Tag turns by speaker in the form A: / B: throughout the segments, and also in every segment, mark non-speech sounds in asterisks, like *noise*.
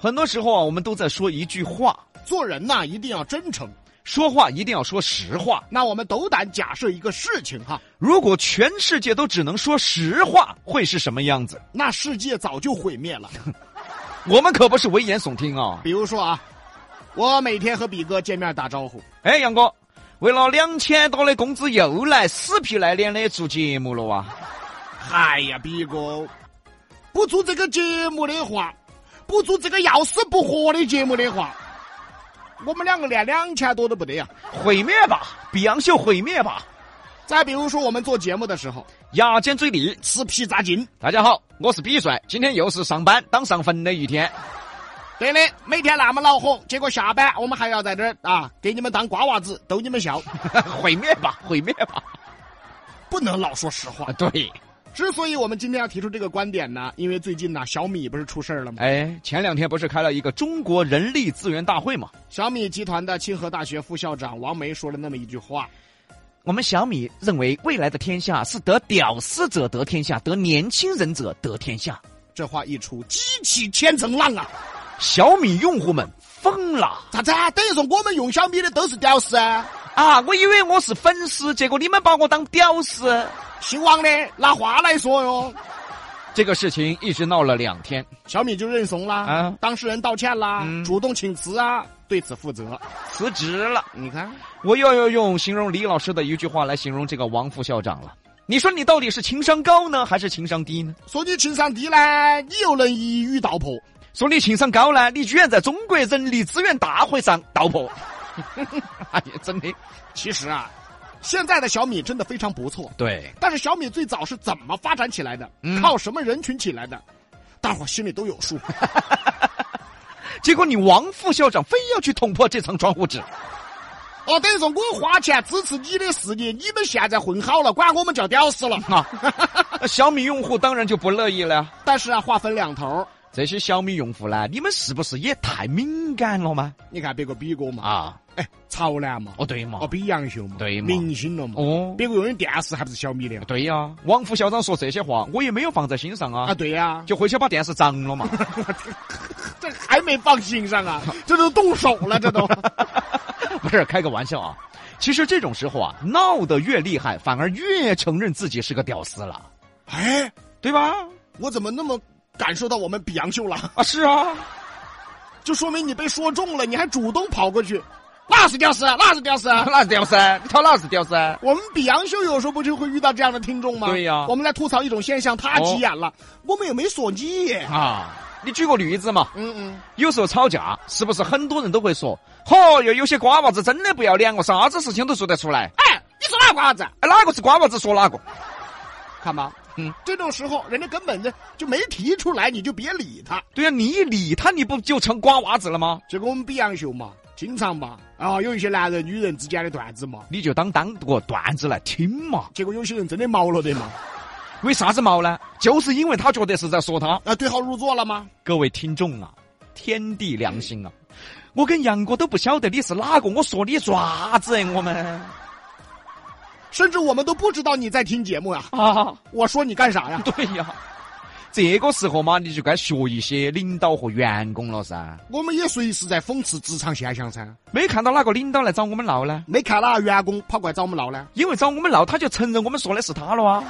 A: 很多时候啊，我们都在说一句话，
B: 做人呐、一定要真诚。
A: 说话一定要说实话。
B: 那我们斗胆假设一个事情哈，
A: 如果全世界都只能说实话，会是什么样子？
B: 那世界早就毁灭了。
A: 我们可不是危言耸听啊！
B: 比如说啊，我每天和比哥见面打招呼，
A: 哎，杨哥，为了两千多的工资又来死皮赖脸的做节目了啊哇、
B: 哎呀，比哥，不做这个节目的话，不做这个要死不活的节目的话，我们两个连两千多都不得呀。
A: 毁灭吧，比洋秀毁灭吧，
B: 再比如说我们做节目的时候，
A: 牙尖嘴利。
B: 吃皮扎筋，
A: 大家好，我是比帅，今天又是上班当上坟的一天。 *laughs*
B: 对的，每天那么恼火，结果下班我们还要在这儿啊，给你们当瓜娃子逗你们笑，
A: 毁灭吧，毁灭吧！
B: 不能老说实话
A: 啊，。对，
B: 之所以我们今天要提出这个观点呢，因为最近呢，小米不是出事儿了吗？
A: 哎，前两天不是开了一个中国人力资源大会嘛？
B: 小米集团的清河大学副校长王梅说了那么一句话，
A: 我们小米认为，未来的天下是得屌丝者得天下，得年轻人者得天下。
B: 这话一出，激起千层浪啊！
A: 小米用户们疯了
B: 咋子啊？等于说我们用小米的都是屌丝啊？
A: 啊！我以为我是粉丝，结果你们把我当屌丝。
B: 姓王的拿话来说哟。
A: 这个事情一直闹了两天，
B: 小米就认怂啦，
A: 啊
B: 当事人道歉啦，
A: 嗯
B: 主动请辞啊，对此负责。
A: 辞职了。
B: 你看，
A: 我又要用形容李老师的一句话来形容这个王副校长了。你说你到底是情商高呢，还是情商低呢？
B: 说你情商低呢，你又能一语道破；
A: 说你情商高呢，你居然在中国人力资源大会上道破。 *laughs* 哎呀，真的，
B: 其实啊，现在的小米真的非常不错。
A: 对，
B: 但是小米最早是怎么发展起来的？
A: 嗯
B: 靠什么人群起来的？大伙心里都有
A: *laughs*
B: 数。
A: 结果你王副校长非要去捅破这层窗户纸，
B: 哦，等于说我花钱支持你的事业，你们现在混好了，管我们叫屌丝了。
A: 啊， *laughs* 小米用户当然就不乐意了。
B: 但是啊，话分两头儿，
A: 这些小米用户呢，你们是不是也太敏感了吗？
B: 你看别个比过嘛，
A: 啊，
B: 哎，潮男嘛，
A: 哦对嘛
B: 哦，，比杨秀嘛，
A: 对嘛
B: 明星了嘛，
A: 哦，
B: 别个用的电视还不是小米的嘛
A: 对呀、王副校长说这些话，我也没有放在心上啊，
B: 啊？对呀、
A: 就回去把电视砸了嘛。
B: 这还没放心上啊，这都动手了，
A: *laughs*
B: 这都。
A: *laughs* 不是开个玩笑啊。其实这种时候啊，闹得越厉害，反而越承认自己是个屌丝了，
B: 哎，
A: 对吧？
B: 我怎么那么感受到我们比杨秀了？
A: 啊，是啊，
B: 就说明你被说中了，你还主动跑过去，那是屌丝，那是啊屌丝。
A: *laughs* 那是屌丝，你瞧那是屌丝。
B: 我们比杨秀有时候不就会遇到这样的听众吗？
A: 对呀哦
B: 我们在吐槽一种现象，他急眼了，我们也没说你。
A: 啊，你举个例子嘛，
B: 嗯嗯，
A: 有时候吵架是不是很多人都会说，嚯哟，有些瓜娃子真的不要脸哦，啥子事情都做得出来。
B: 哎，你说哪个啥子？
A: 哎哪个是瓜娃子说哪个？
B: 看吧，
A: 嗯，
B: 这种时候人家根本就就没提出来，你就别理他。
A: 对呀、你一理他，你不就成瓜娃子了吗？
B: 结果我们比杨秀嘛，经常嘛啊，有一些男人女人之间的段子嘛，
A: 你就当当个段子来听嘛。
B: 结果有些人真的毛了的嘛，
A: 为啥子毛呢？就是因为他觉得是在说他。
B: 啊，对号入座了吗？
A: 各位听众啊，天地良心啊！我跟杨哥都不晓得你是哪个，我说你爪子哎，我们
B: 甚至我们都不知道你在听节目呀、
A: 啊，
B: 我说你干啥呀？
A: *laughs* 对呀、这个时候嘛，你就该学一些领导和员工了噻。
B: 我们也随时在讽刺职场现象噻。
A: 没看到哪个领导来找我们闹呢？
B: 没看哪个员工跑过来找我们闹呢？
A: 因为找我们闹，他就承认我们说的是他了啊。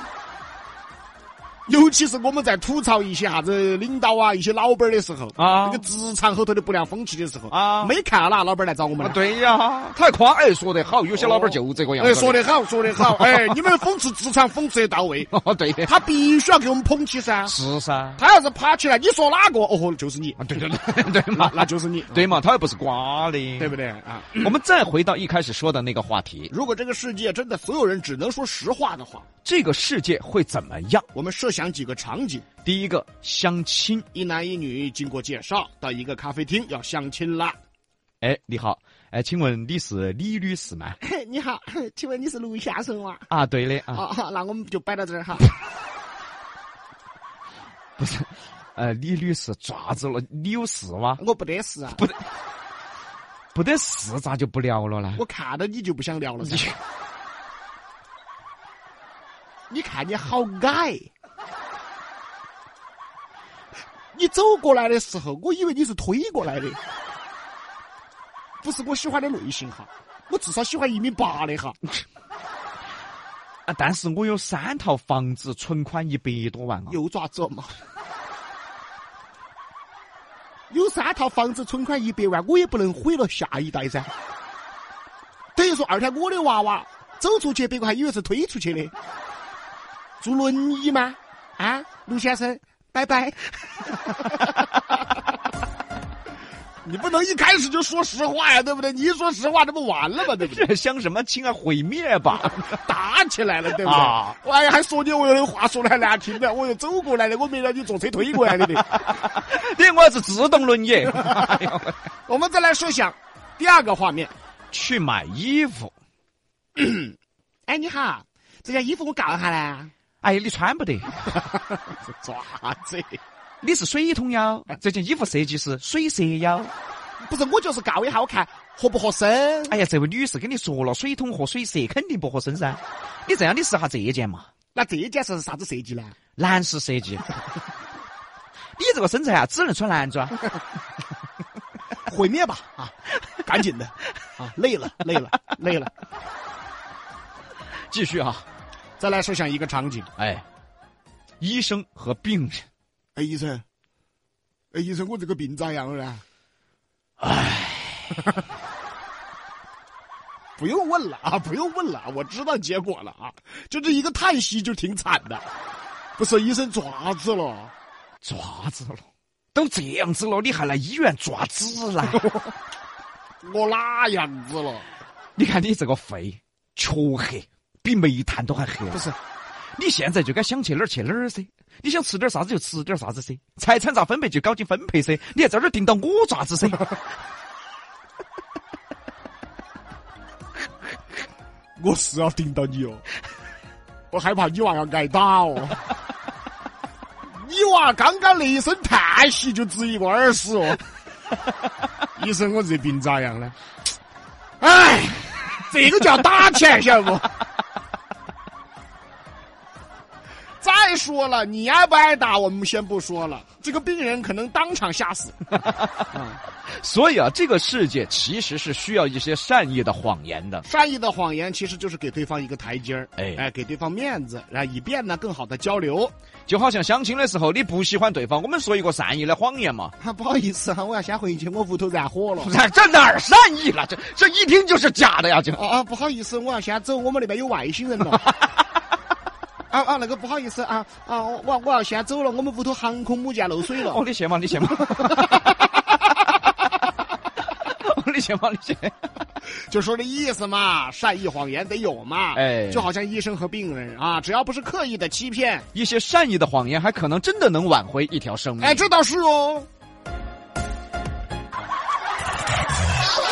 B: 尤其是我们在吐槽一些啥子领导啊、一些老板儿的时候
A: 啊
B: 那个职场后头的不良风气的时候
A: 啊
B: 没看哪老板儿来找我们
A: 啊
B: 了。，
A: 对呀、他还夸哎，说得好，有些老板就这个样子。
B: 哎，说得好，说得好，哎，你们讽刺职场讽刺得到位，
A: 哦， *laughs* 对的，
B: 他必须要给我们捧起噻。
A: 是噻。啊，
B: 他要是爬起来，你说哪个？哦吼，就是你，
A: *laughs* 对对对对
B: 那
A: 嘛，
B: 那就是你，
A: 对嘛，他又不是瓜的，
B: 嗯对不对啊？
A: 我们再回到一开始说的那个话题，
B: 如果这个世界真的所有人只能说实话的话，
A: 这个世界会怎么样？
B: 我们设想几个场景：
A: 第一个相亲，
B: 一男一女经过介绍到一个咖啡厅要相亲啦。
A: 哎，你好，哎，请问你是李女士吗？
B: 你好，请问你是卢先生吗？
A: 啊，对的啊，
B: 啊，那我们就摆到这儿哈。
A: 呃，李女士爪子了，你有事吗？
B: 我不得事啊，
A: 不得事咋就不聊了呢？
B: 我看到你就不想聊了噻。你看你好矮，你走过来的时候，我以为你是推过来的，不是我喜欢的类型哈。我至少喜欢一米八的哈。
A: 啊，但是我有三套房子，存款一百多万啊。
B: 又爪子嘛？有三套房子，存款一百万，我也不能毁了下一代噻。等于说，二胎我的娃娃走出去，别个还以为是推出去的，坐轮椅吗？啊，卢先生，拜拜。 *laughs* 你不能一开始就说实话呀，对不对？你一说实话，这不完了吗？对不对？
A: 这 *laughs* 像什么亲啊，毁灭吧！ *laughs*
B: 打起来了，对不对？
A: 啊
B: 我哎呀，还说你我有话说的还难听的，我又走过来的，我没让你坐车推过来的呢。
A: 对，我是自动轮椅。哎呦我
B: 我们再来说想第二个画面。
A: 去买衣服，
B: 哎，你好，这件衣服我搞一下嘞。
A: 哎呀，你穿不得，
B: 爪子，
A: 你是水桶腰，这件衣服设计师水蛇腰。
B: 不是我就是搞一下，我看合不合身。
A: 哎呀，这位女士跟你说了，水桶和水蛇肯定不合身噻。你这样，你试下这件嘛，
B: 那这件是啥子设计呢？
A: 男士设计。你这个身材啊，只能穿男装。
B: 毁灭吧啊！赶紧的啊，累了累了累了。
A: 继续啊，
B: 再来说想一个场景。
A: 哎，医生和病人，
B: 哎，医生，哎，医生，我这个病咋样了？啊哎， *laughs* 不用问了啊，不用问了，我知道结果了啊，就这一个叹息就挺惨的。不是医生爪子了，
A: 爪子了，都这样子了，你还来医院抓子啦？
B: 我哪样子了？
A: 你看你这个肺，黢黑，比煤炭都还黑。
B: 不是，
A: 你现在就该想去哪儿去哪儿噻，你想吃点啥子就吃点啥子噻，财产咋分配就搞紧分配噻，你还在这儿盯到我爪子 *laughs* 噻？
B: 我是要盯到你哦， *laughs* 我害怕你娃要挨打哦。 *laughs* 你娃刚刚那一声叹息就值一个耳屎哦。医生，我这病咋样呢？哎，这个叫打钱，晓得不？再说了，你挨不挨打，我们先不说了。这个病人可能当场吓死。
A: 所以啊，这个世界其实是需要一些善意的谎言的。
B: 善意的谎言其实就是给对方一个台阶儿，
A: 哎
B: 哎，给对方面子，然后以便呢更好的交流。
A: 就好像相亲的时候，你不喜欢对方，我们说一个善意的谎言嘛，
B: 啊，不好意思哈、我要先回去，我屋头燃火了。
A: 这 *laughs* 这哪儿善意了？这这一听就是假的呀！这
B: 啊啊，不好意思，我要先走，我们那边有外星人了。啊啊，那个不好意思啊啊，我我我要先走了，我们屋头航空母舰漏水
A: *laughs*
B: 了
A: 哦，。你先嘛，你先嘛。 *laughs* 哦你先嘛，你先。
B: 就说这意思嘛，善意谎言得有嘛。
A: 哎
B: 就好像医生和病人啊，只要不是刻意的欺骗，
A: 一些善意的谎言，还可能真的能挽回一条生命。
B: 哎，这倒是哦。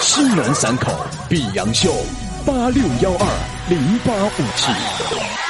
C: 西南三口碧阳秀八六幺二零八五七。